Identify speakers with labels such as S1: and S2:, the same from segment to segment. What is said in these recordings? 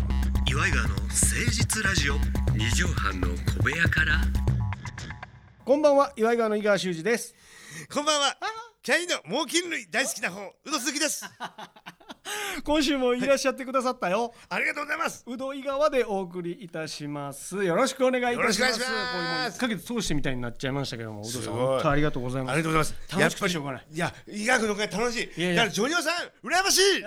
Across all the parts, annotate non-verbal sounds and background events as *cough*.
S1: イガーの誠実ラジオ
S2: 二畳半の小部屋から
S3: こんばんは岩井川の井川修司です
S4: こんばんは。キャイの猛禽類大好きな方、宇野鈴木です。
S3: 今週もいらっしゃってくださったよ、
S4: ありがとうございます。
S3: うどい川でお送りいたしますよろしくお願いいたします
S4: よろしくお願いします
S3: こういうもう一ヶ月通してみたいになっちゃいましたけどもうどさん
S4: すごい
S3: 本当ありがとうございま
S4: あ
S3: す
S4: りがとうございます。
S3: 楽しくてしょうがない
S4: いや、医学の会楽しい。
S3: いやいや
S4: だから、ジョニオさん、羨ましい。ね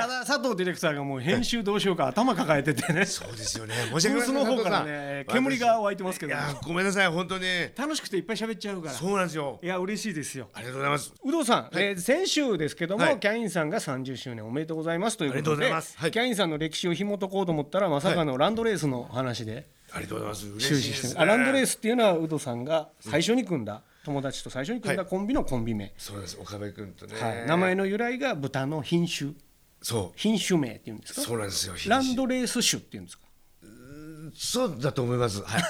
S3: ただ佐藤ディレクターがもう編集どうしようか頭抱えててね
S4: *laughs* そうですよね。申し
S3: ブー
S4: 訳ござ
S3: ス
S4: いま
S3: の
S4: せん。
S3: 方から
S4: 佐藤
S3: ね
S4: さん
S3: 煙が湧いてますけ
S4: 私い
S3: ども
S4: や、ごめんなさい、本当に。
S3: 楽しくていっぱい喋っちゃうから
S4: そうなんですよ
S3: い。や嬉しいですよ
S4: ありがとうございます。
S3: 有働さん、えー先週ですけども、
S4: はい
S3: キャインさんが30周年おめでとうございますということで
S4: ありがとうございますはい
S3: キャインさんの歴史を紐解こうと思ったらまさかのランドレースの話で
S4: ありがとうございます。嬉
S3: 終
S4: し
S3: 始
S4: いで
S3: して
S4: す、
S3: る、
S4: ね。
S3: アランドレー
S4: ス。
S3: スっていうのはウドさんが最初に組んだ、友達と最初に組んだ
S4: は
S3: コンビのコンビ名、
S4: そうなんです。岡部君とね。
S3: はい名前の由来が豚の品種
S4: そう。
S3: 品種名っていうんですか
S4: そうなんですよ。
S3: ランドレース種っていうんですか
S4: そうだと思います。
S3: *laughs*
S4: はい。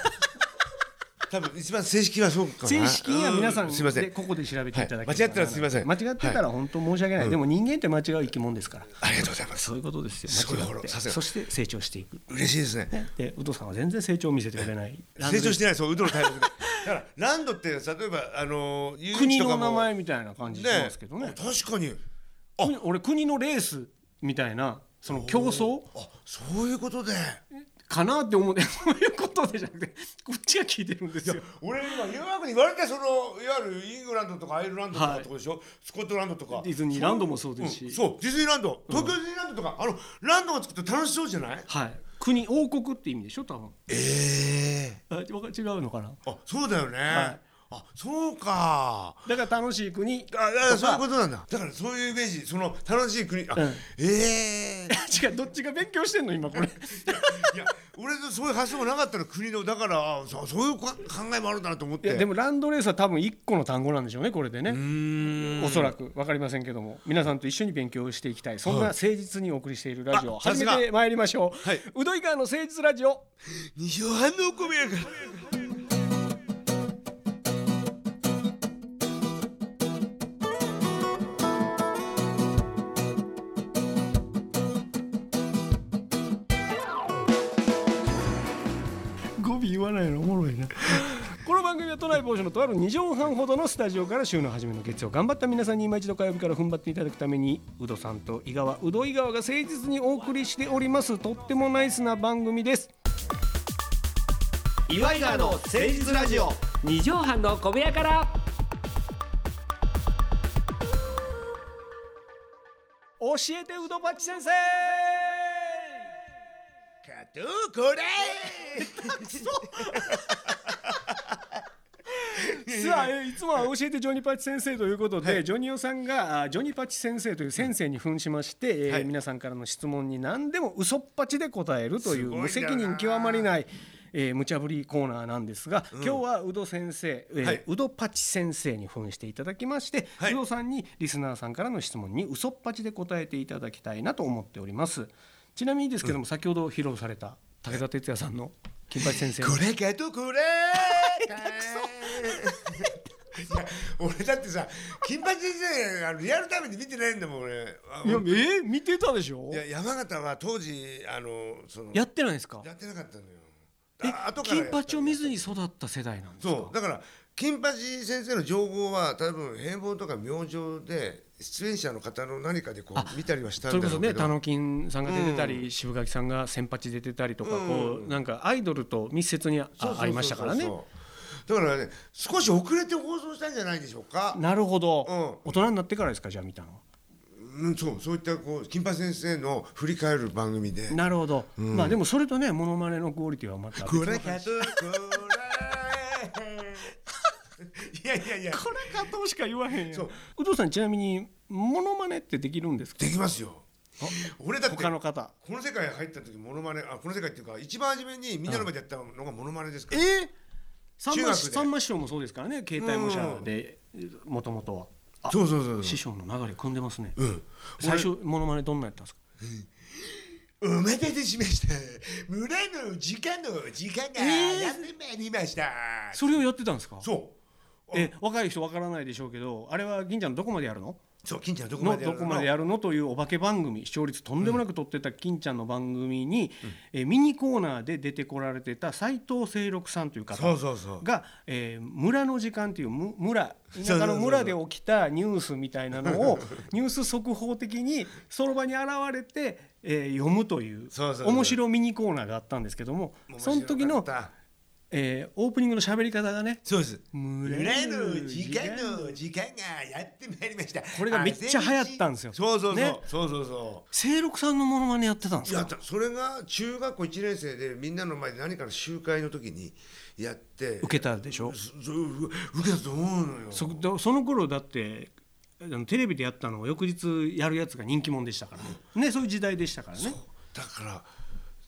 S4: 多分一番正式はそうかな。
S3: 正式には皆さん
S4: うすいませ
S3: で
S4: ん。
S3: ここで調べていただければな、
S4: はい間違ったらすいません
S3: 間違ってたら本当申し訳ない、でも人間って間違う生き物ですから
S4: ありがとうございます。
S3: そういうことですよ
S4: すごい
S3: 間違
S4: ほ
S3: っ
S4: ら
S3: て
S4: さすが
S3: そして成長していく
S4: 嬉しいですね。
S3: でウドさんは全然成長を見せてくれない
S4: 成長してないそうウドのタイミン
S3: *laughs*
S4: グでだからランドって例えばあの遊
S3: 国
S4: 園地とか
S3: の
S4: も
S3: 名前みたいな感じしますけどね
S4: あ確かに
S3: 国俺国のレースみたいなその競争
S4: あそういうことで
S3: かなって思う *laughs* そういうことでじゃなくてこっちが聞いてるんですよ
S4: 俺今誘惑に言われてそのいわゆるイングランドとかアイルランドとか
S3: はい
S4: ってことでしょ、スコットランドとか
S3: ディズニーランドもそうですし
S4: んそうディズニーランド東京ディズニーランドとか、あのランドが作って楽しそうじゃない
S3: はい国王国って意味でしょ多分
S4: ええ
S3: あ違うのかな
S4: あそうだよね、
S3: い
S4: あそうか
S3: だから楽しい国
S4: ああそういうことなんだだからそういうイメージその楽しい国あ、
S3: うん
S4: ええ
S3: 違うどっちが勉強してんの今これ
S4: いや俺のそういう発想がなかったら国のだからあそうそういうか考えもあるんだなと思っ
S3: い
S4: て
S3: やでもランドレースは多分一個の単語なんでしょうねこれでねおそらく分かりませんけども皆さんと一緒に勉強していきたいそんな誠実にお送りしているラジオ
S4: あさ
S3: 始
S4: すが
S3: めてまいりましょう、
S4: はいう
S3: どい川の誠実ラジオ
S4: 二畳半のお米やから
S3: 語尾言わないのおもろいなこの番組は都内某所のとある2畳半ほどのスタジオから週の初めの月曜頑張った皆さんに今一度火曜日から踏ん張っていただくためにうどさんと井川うど井川が誠実にお送りしておりますとってもナイスな番組です
S2: 岩井川の誠実ラジオ二畳半の小部屋から
S3: 教えてうどばち先生
S4: 加藤これ
S3: さあ、えーいつもは教えてジョニパチ先生ということで、ジョニオさんがあージョニパチ先生という先生に扮しまして、えー
S4: はい
S3: 皆さんからの質問に何でも嘘っぱちで答えるという
S4: すごいんだな
S3: 無責任極まりない。えー、無茶ぶりコーナーなんですが、今日は宇戸先生、えー
S4: はいう
S3: どパチ先生に扮していただきまして、
S4: は
S3: 有働
S4: い
S3: さんにリスナーさんからの質問に嘘っぱちで答えていただきたいなと思っておりますちなみにですけども、先ほど披露された武田鉄矢さんの金八先生の
S4: これ加藤これいや俺だってさ金八先生あのリアルタイムで見てないんだもん俺あ
S3: いやえー見てたでしょ
S4: いや山形は当時あのその
S3: やってないですか
S4: やってなかったのよ
S3: え
S4: あ後からや
S3: 金
S4: った
S3: 八を見ずに育った世代なんですか
S4: そうだから金八先生の情報は多分平凡とか明星で出演者の方の何かでこう見たりはした
S3: そ
S4: ん
S3: れこ
S4: だろ
S3: そう
S4: け
S3: ね
S4: ど
S3: 田野金さんが出てたり、渋垣さんが先八出てたりとか、こうなんかアイドルと密接にあ
S4: そうそうそうそう
S3: ありましたからね
S4: だからね少し遅れて放送したんじゃないでしょうか
S3: なるほど、
S4: う
S3: 大人になってからですかじゃあ見たのは
S4: うんそうそういったこう金八先生の振り返る番組で
S3: なるほど、まあでもそれとねモノマネのクオリティはまた別
S4: こ
S3: の
S4: れ
S3: 話
S4: かとこ *laughs* れいやいやいや
S3: これ加藤しか言わへん
S4: そ
S3: よ
S4: う
S3: 有働さんちなみにモノマネってできるんですか
S4: できますよ俺だって
S3: 他の方
S4: この世界入った時モノマネあこの世界っていうか一番初めにみんなの前でやったのがモノマネですから、
S3: え三
S4: 中
S3: 馬
S4: 学で
S3: 師さんま師匠もそうですからね携帯模写でもともとはあ
S4: そうそうそうそ
S3: 師匠の流れ組んでますね、
S4: ううん
S3: 最初モノマネどんなやったんですか
S4: お待たせしました村の時間の時間が
S3: えー
S4: やってまいりました、
S3: それをやってたんですか
S4: そう
S3: え若い人わからないでしょうけどあれは銀ちゃんどこまでやるの
S4: そう金ちゃんどこま
S3: の
S4: でや
S3: ど
S4: る
S3: こまでやるのというお化け番組視聴率とんでもなく取ってた金ちゃんの番組に、えーミニコーナーで出てこられてた斎藤清六さんという方
S4: そうそうそう
S3: が、えー村の時間というむ村
S4: う
S3: 田舎
S4: そう
S3: の
S4: そう
S3: 村で起きたニュースみたいな
S4: *laughs*
S3: のをニュース速報的にその場に現れて、えー読むという
S4: そうそうそう
S3: 面白ミニコーナーがあったんですけどもその時
S4: 面白
S3: の
S4: か、った
S3: えーオープニングの喋り方がね
S4: そうです
S3: 村
S4: 村の時間の時間がやってまいりました
S3: これがめっちゃ流行ったんですよ
S4: あ全日そうそうそう、
S3: ね
S4: そうそうそ
S3: 清六さんのモノマネやってたんで
S4: う
S3: す
S4: いや
S3: か
S4: ったそれが中学校1年生でみんなの前で何かの集会の時にやって
S3: 受けたでしょ
S4: そそうう受けたと思うのよ
S3: そどその頃だってあのテレビでやったのを翌日やるやつが人気者でしたからねそういう時代でしたからね
S4: だから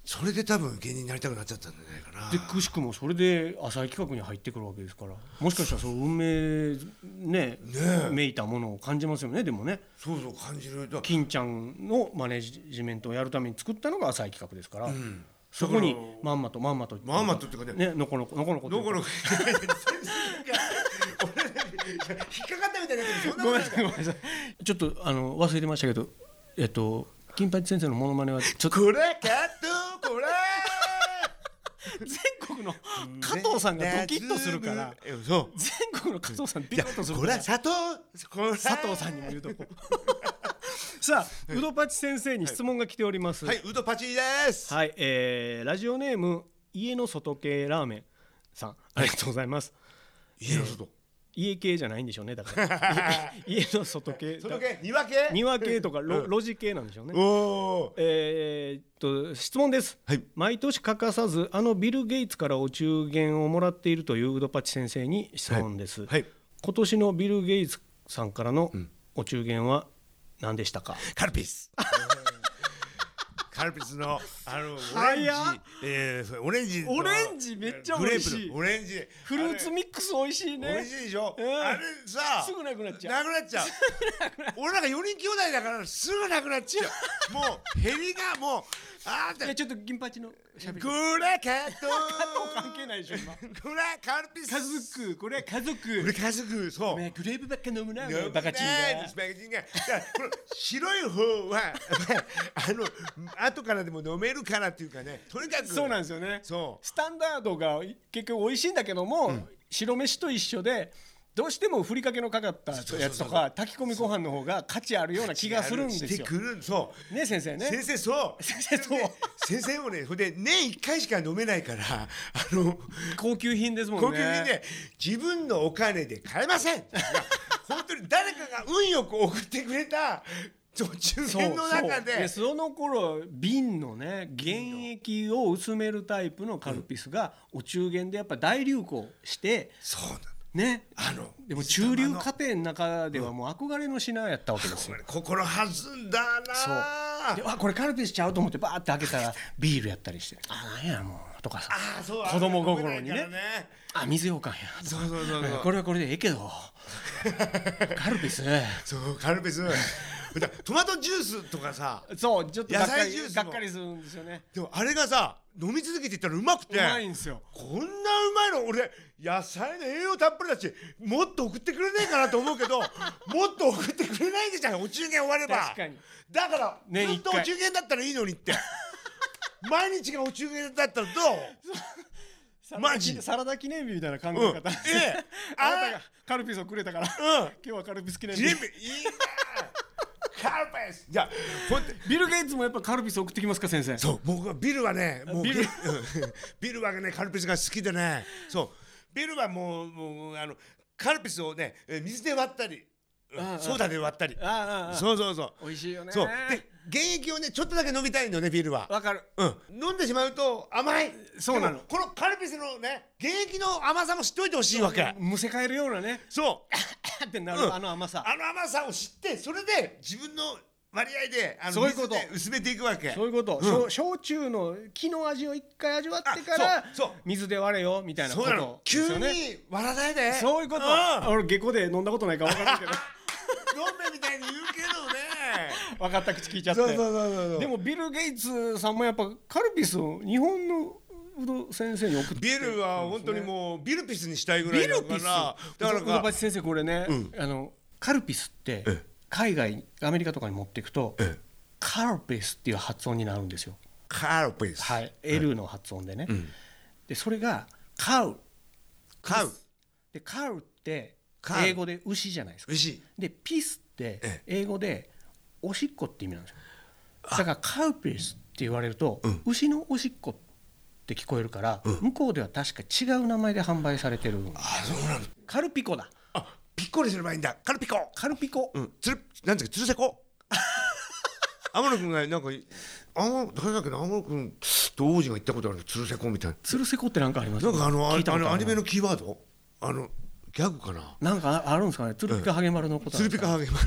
S4: それで多分芸人になりたくなっちゃったんじゃないかな
S3: でくしくもそれで浅井企画に入ってくるわけですからもしかしたらそう運命ね
S4: ねえ
S3: めいたものを感じますよねでもね
S4: そうそう感じると
S3: 金ちゃんのマネジメントをやるために作ったのが浅井企画ですから、そこに
S4: だから
S3: まんまとまんまと
S4: まんまとっていうかね
S3: ねのこのこのこのこっていう
S4: ど
S3: か
S4: この全然俺ね引っかかったみたいになってるそん
S3: ご
S4: なこと
S3: めん
S4: な
S3: ないさいごめんなさいちょっとあの忘れてましたけどえっと金八先生のモノマネはちょっと
S4: これカットこれ
S3: 全国の加藤さんがドキッとするから
S4: えそ
S3: 全国の加藤さんビ
S4: うい
S3: ク
S4: や
S3: ッとする
S4: こ
S3: か
S4: れ
S3: ら
S4: 佐藤これ
S3: *laughs* 佐藤さんにも言うと *laughs* こさあうどぱち先生に質問が来ております
S4: はいウドパチです
S3: はい、えーラジオネーム家の外系ラーメンさんありがとうございます
S4: 家の外
S3: 家系じゃないんでしょうねだから *laughs* 家家の外系
S4: そのけ庭系
S3: 庭系とかろ路地系なんでしょうね
S4: おお
S3: えーっと質問です、
S4: はい
S3: 毎年欠かさずあのビル・ゲイツからお中元をもらっているというウドパチ先生に質問です、
S4: ーはい
S3: 今年のビル・ゲイツさんからのお中元は何でしたか、
S4: カルピス。カルピスのあのオレンジ
S3: 早っ、
S4: えー、それオレンジと
S3: オレンジめっちゃ
S4: グレープ
S3: 美味しい
S4: のオレンジ
S3: *laughs* フルーツ
S4: あれ
S3: ミックス美味しい
S4: 美
S3: ね
S4: 味しいでしょ、
S3: うん
S4: あれさ
S3: すぐなくなっちゃ
S4: うなくなっちゃう俺なんか四人兄弟だからすぐなくなっちゃ
S3: *laughs*
S4: うもう減りがもうあー
S3: いや
S4: って
S3: ちょっと銀八のしゃべり
S4: グレカット
S3: 関係ないでしょ
S4: *laughs*
S3: 今
S4: グレカルピス
S3: 家族これは家
S4: グ
S3: 族
S4: レ家族そう
S3: ねグレープばっか飲むな
S4: バ
S3: バカ
S4: カチ
S3: チ
S4: ン
S3: ン
S4: が
S3: が
S4: バカチンがだからこの白い方は *laughs* あの後からでも飲めるからっていうかねとにかく
S3: そうなんですよね
S4: そう
S3: スタンダードが結局美味しいんだけども、白飯と一緒でどうしてもふりかけのかかったやつとか炊き込みご飯の方が価値あるような気がするんです
S4: して
S3: よ
S4: く。るそう
S3: ね先生ね。
S4: 先生そう
S3: 先生そう
S4: 先生もねほんで年一回しか飲めないからあの
S3: 高級品ですもんね。
S4: 高級品で自分のお金で買え
S3: *laughs*
S4: ませんいや本当に誰かが運よく送ってくれた途中
S3: そう
S4: 編の中
S3: そう
S4: で
S3: でその頃瓶のね原液を薄めるタイプのカルピスがお中元でやっぱ大流行して
S4: そうなの
S3: ね
S4: あの
S3: でも中流家庭の中ではもう憧れの品やったわけですよ。
S4: 心弾んだなあ
S3: であこれカルピスちゃうと思ってバーって開けたらビールやったりして「あなんやもう」とかさ
S4: あそう
S3: 子供心に
S4: あれ
S3: ね
S4: 飲めないから
S3: 「あ水ようかんや」
S4: そうそうそうそう
S3: これはこれでええけ *laughs* どカルピス
S4: そうカルピス *laughs* だトマトジュースとかさ
S3: そうちょっと
S4: 野
S3: がっか
S4: 菜
S3: り
S4: ジュース
S3: が
S4: も
S3: っかりするんですよね
S4: でもあれがさ飲み続けていったらうまく
S3: う
S4: て
S3: まいんですよ
S4: こんなうまいの俺野菜の栄養たっぷりだしもっと送ってくれないかなと思うけど *laughs* もっと送ってくれないんじゃんお中元終われば
S3: 確かに
S4: だから、
S3: 年
S4: ずっ
S3: 一
S4: とお
S3: 回
S4: 中元だったらいいのにって *laughs* 毎日がお中元だったらどうマジ
S3: サラダ記念日みたいな考え
S4: うん、え
S3: 方、
S4: え
S3: あ
S4: あ
S3: なたがカルピスをくれたから、
S4: うん
S3: 今日はカルピス記念
S4: ジ
S3: 日
S4: レンメいいなカルピスじゃあほんと
S3: ビル・ゲイツもやっぱカルピス送ってきますか先生
S4: そう僕はビルはねもうビ
S3: ビ
S4: ル
S3: ル
S4: うんビルはねカルピスが好きでねそうビルはもうもうあのカルピスをねえ水で割ったりうん
S3: ああ
S4: ソーダで割ったり
S3: ああああ
S4: そうそうそう
S3: 美味しいよね
S4: そうで原液をねちょっとだけ飲みたいのねビルは。
S3: わかる
S4: うん、飲んでしまうと甘い
S3: そうなの
S4: でもこのカルピスのね原液の甘さも知っといてほしいわけ
S3: むせ返るようなね
S4: そう
S3: ってな
S4: うん
S3: るあの甘さ
S4: あの甘さを知ってそれで自分の割合であの
S3: そういうこと
S4: 水で薄めていくわけ
S3: *laughs* そういうこと、焼焼酎の木の味を一回味わってから
S4: あそうそう
S3: 水で割れよみたいなこ
S4: そうなの
S3: とです
S4: 急
S3: よ
S4: に
S3: ね
S4: 割らないで
S3: そういうこと
S4: ん飲
S3: 俺下戸で飲んだことないから分からんけど *laughs*
S4: んでみたいに言うけどね
S3: 分かった口聞いちゃって
S4: そうそうそうそう
S3: でもビル・ゲイツさんもやっぱカルピスを日本のうど先生に送って
S4: ビルは本当にもうビルピスにしたいぐらい
S3: ビ
S4: だ
S3: ル
S4: から
S3: ピス
S4: だ
S3: だ
S4: から
S3: から
S4: か
S3: 先生これね、あのカルピスって海外アメリカとかに持っていくと
S4: ええ
S3: カルピスっていう発音になるんですよ
S4: カルピス。
S3: はい L の発音でね、
S4: うん。
S3: でそれがカウ
S4: カウ。
S3: でカウって
S4: カウ
S3: 英語で牛じゃないですか
S4: 牛しい。
S3: でピスって
S4: え
S3: 英語でおしっこって意味なんですよだからカウピスって言われると、
S4: ん
S3: 牛のおしっこって聞こえるから、向こうでは確か違う名前で販売されてる
S4: あ、そうなんだ。
S3: カルピコだ
S4: あ、ピッコにすればいいんだ。カルピコ。
S3: カルピコ、
S4: うん。つる、なんですか、つるせ
S3: *laughs*
S4: こ。天野くんが、なんか、あの、誰だっけな、天野くんと王子が言ったことあるんですつるせこみたいな。
S3: つるせこってなんかあります
S4: なんかあの、あ
S3: 聞いた
S4: あ
S3: こと
S4: のア
S3: ある
S4: ニメのキーワードあの、ギャグかな。
S3: なんかああるんですかねつるピカハゲマルのこと
S4: つるピカハゲマ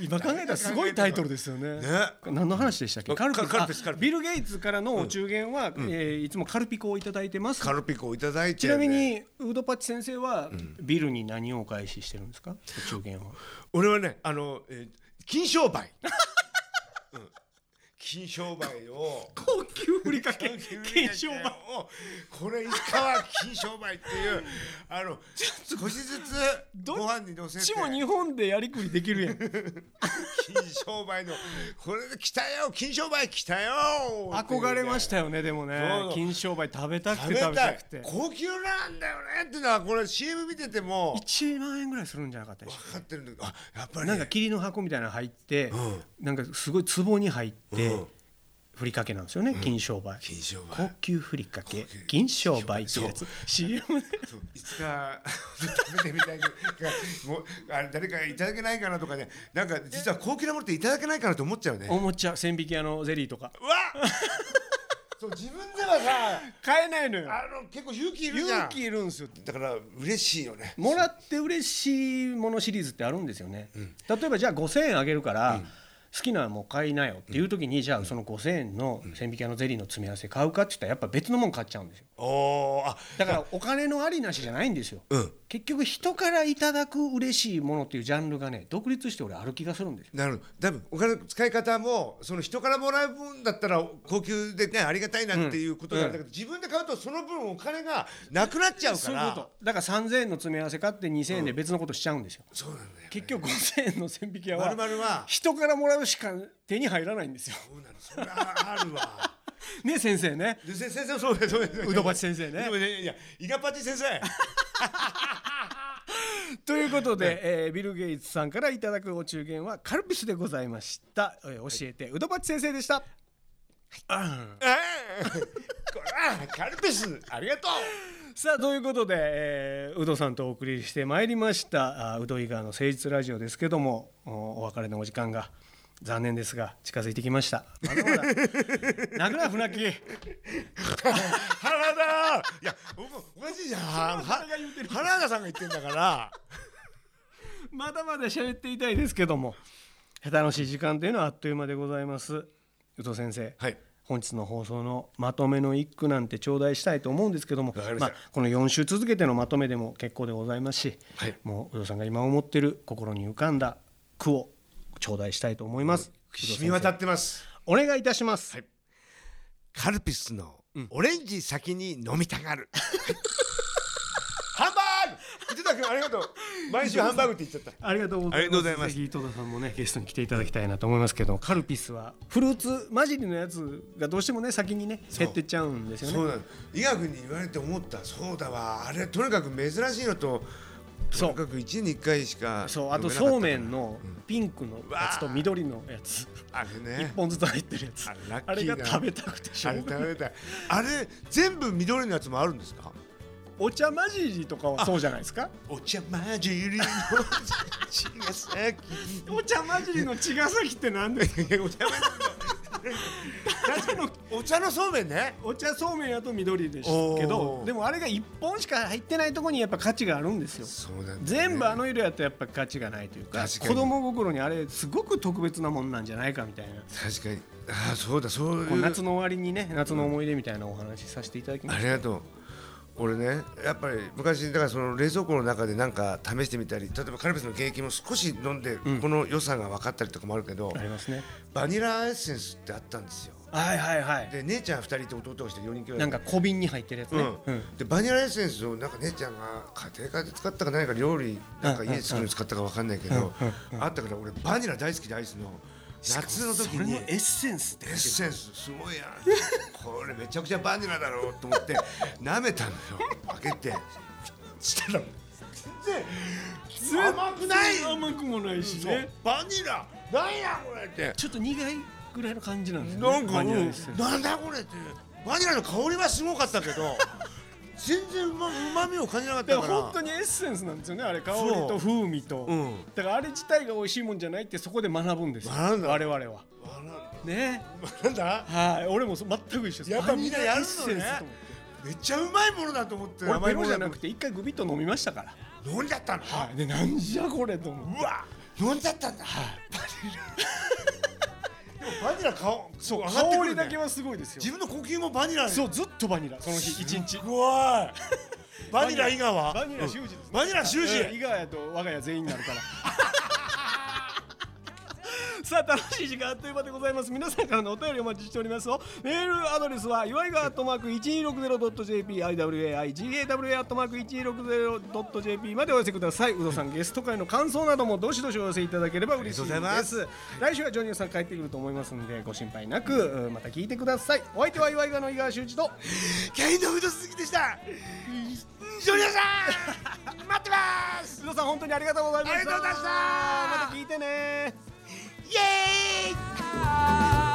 S3: 今考えたらすごいタイトルですよね
S4: ね
S3: 何の話でしたっけ
S4: あ
S3: カルピ
S4: カカルピス
S3: あ
S4: カルピス
S3: ビル・ゲイツからのお中元は、えーいつもカルピコをいただいてます
S4: カルピコをいただいて、
S3: ちなみ。にウドパッチ先生はビルに何をお返ししてるんですかお中元は
S4: 俺はね、あの、えー金商売。 *laughs* うん金商売を。
S3: 高級ふりかけ *laughs* 金賞版
S4: をこれ石川金商売っていうあの少しずつ
S3: どっ
S4: ご飯に乗せ
S3: *laughs*
S4: て
S3: ちも日本でやりくりできるやん
S4: 金商売のこれで来たよ金商売来たよ
S3: 憧れましたよねでも
S4: そう
S3: ね
S4: そう
S3: 金商売食べたく
S4: 食
S3: て
S4: べ
S3: 食べ
S4: た
S3: た
S4: い
S3: くて
S4: 高級なんだよねってのはこれ CM 見てても
S3: 1万円ぐらいするんじゃなかったでしょ
S4: 分かってるんだけどあやっぱり
S3: なんか霧の箱みたいなの入って、なんかすごい壺に入って、
S4: うん
S3: ふりかけなんですよね、金商売
S4: 金商売
S3: 高級ふりかけ金商売っていうやつ CM で
S4: そういつか食べてみたいけどもうあ誰かいただけないかなとかねなんか実は高級なものっていただけないかなと思っちゃうね
S3: おもちゃ千匹屋のゼリーとか
S4: うわ *laughs* そう自分ではさ
S3: 買えないのよ
S4: あの結構勇気いるじゃん
S3: 勇気いるんですよ
S4: だから嬉しいよね
S3: もらって嬉しいものシリーズってあるんですよね、例えばじゃあ5,000円あげるから、好きなのもう買いなよっていう時に、じゃあその5,000円の千匹屋のゼリーの詰め合わせ買うかって言ったらやっぱ別のもん買っちゃうんですよ
S4: おーあ
S3: だからお金のありなしじゃないんですよ、
S4: うん
S3: 結局人からいただく嬉しいものっていうジャンルがね独立して俺ある気がするんですよ
S4: なるほど多分お金の使い方もその人からもらう分だったら高級でねありがたいなっていうことなんだけど、自分で買うとその分お金がなくなっちゃうか
S3: そういうこ
S4: ら
S3: とだから3,000円の詰め合わせ買って2,000円で別のことしちゃうんですよ、
S4: そうなんだよ
S3: 結局5,000円の千匹屋
S4: ま
S3: は
S4: るまるは
S3: 人からもらうしか手に入らないんですよ
S4: そうなのそれはあるわ
S3: ね先生ね
S4: で先生そうですそうです
S3: うどばち先生
S4: いや
S3: ね
S4: いやいやイガパチ先生
S3: ということで、えービル・ゲイツさんからいただくお中元はカルピスでございました、えー教えてうどばち先生でした
S4: えーこらカルピスありがと
S3: さあということで、えー、うどさんとお送りしてまいりましたあーうどい川の誠実ラジオですけどもおお別れのお時間が残念ですが近づいてきましたまだま *laughs* だ泣くな船木
S4: う原田いやおおかしいじゃんはは原田さんが言ってんだから
S3: まだまだ喋っていたいですけども楽しい時間というのはあっという間でございますうど先生
S4: はい
S3: 本日の放送のまとめの一句なんて頂戴したいと思うんですけども
S4: かりました
S3: あ、この4週続けてのまとめでも結構でございますし、
S4: はい
S3: もう有働さんが今思ってる心に浮かんだ句を頂戴したいと思います。
S4: 染み渡ってます
S3: お願いいたします、
S4: カルピスのオレンジ先に飲みたがる、ハンバーグ藤田君ありがとう毎週ハンバーグって言っちゃった
S3: ありがとうござ
S4: あ
S3: い
S4: り
S3: ま
S4: が
S3: す。
S4: とうございます
S3: ぜひ井戸田さんもねゲストに来ていただきたいなと思いますけど、カルピスはフルーツ混じりのやつがどうしてもね先にね減ってっちゃうんですよね。
S4: そうなの医学に言われて思ったそうだわあれとにかく珍しいのととにかく一年に一回しか
S3: そうあと
S4: 飲めなか
S3: そう
S4: った
S3: めんのピンクのやつと緑のやつ
S4: あれね
S3: 1本ずつ入ってるやつ
S4: あラッキーな
S3: あれが食べたくてしょ
S4: あ
S3: う
S4: れ
S3: がない
S4: 食べたいあれ全部緑のやつもあるんですか
S3: お茶混じりとかはそうじゃないですか
S4: お茶まじり *laughs* の茅ヶ崎
S3: お茶混じりの茅ヶ崎って何ですか
S4: お茶まじりのお茶のそうめんね
S3: お茶そうめんやと緑です
S4: おー
S3: けどでもあれが1本しか入ってないとこにやっぱ価値があるんですよ
S4: そうなん
S3: 全部あの色やとやっぱ価値がないというか
S4: 確かに
S3: 子供心にあれすごく特別なもんなんじゃないかみたいな
S4: 確かにああそうだそう
S3: こ
S4: いうう
S3: 夏の終わりにね夏の思い出みたいなお話しさせていただきま
S4: あ
S3: し
S4: りがとう俺ねやっぱり昔だからその冷蔵庫の中でなんか試してみたり例えばカルピスの原液も少し飲んで、この良さが分かったりとかもあるけど
S3: ありますね
S4: バニラエッセンスってあったんですよ
S3: はいはいはい
S4: で姉ちゃん2人と弟がして4人兄弟
S3: なんか小瓶に入ってるやつね、
S4: うんでバニラエッセンスをなんか姉ちゃんが家庭科で使ったか何か料理なんか家で作るのに使ったかわかんないけどあったから俺バニラ大好きでアイスの夏の時
S2: それ
S4: に
S2: の
S4: エ
S2: エッセンスって
S4: ッセンスすごいやんこれめちゃくちゃバニラだろうと思 *laughs* って舐めたのよ開けてしたら全然甘くない
S3: 甘くもないし
S4: そうバニラなんやこれって
S3: ちょっと苦いぐらいの感じなんですよね
S4: なんか、
S3: バ
S4: う
S3: ニラエ
S4: ん
S3: ッセンス
S4: なんだこれってバニラの香りはすごかったけ *laughs* ど全然うま旨味を感じなかっ
S3: だ
S4: た
S3: か
S4: からら
S3: 本当にエッセンスなんですよねあれ香り
S4: そ
S3: と
S4: う
S3: 風味と、
S4: うん
S3: だからあれ自体が美味しいもんじゃないってそこで学ぶんですよ
S4: 学んだ
S3: 我々はね
S4: なんだ
S3: はい俺もそう全く一緒です
S4: やっぱみんなや
S3: バニラエ
S4: る
S3: ッ
S4: の
S3: セン
S4: ね
S3: スと思って
S4: めっちゃうまいものだと思って
S3: 俺ペロ
S4: もの
S3: じゃ
S4: だ
S3: な
S4: と
S3: くて一回グビッと飲みましたから
S4: 飲んじゃったの、
S3: はいでなんじゃこれと思って
S4: うわ飲んじゃったんだ、バニラでもバニラ顔そう
S3: 香りだけはすごいです
S4: 自
S3: よ
S4: 分の呼吸もバニラ
S3: そううずっとバニラその日一日
S4: す *laughs* ごいバニラ以外は
S3: バニラ修士です
S4: バニラ修士
S3: 以外やと我が家全員になるから *laughs* さあ楽しい時間あっという間でございます皆さんからのお便りお待ちしておりますよメールアドレスは祝いがアットマーク 1260.jp iwaigawa アットマーク 1260.jp までお寄せくださいうどさんゲスト会の感想などもどしどしお寄せいただければ嬉しい
S4: ありがとうござい
S3: で
S4: ます
S3: 来週はジョニオさん帰ってくると思いますのでご心配なくうんまた聞いてくださいお相手は祝いがの井川修一と
S4: ケインのフード鈴木でしたジョニオさん *laughs* 待ってます
S3: 須藤さん本当にありがとうございました
S4: ありがとうございました
S3: また聞いてね
S4: イエーイ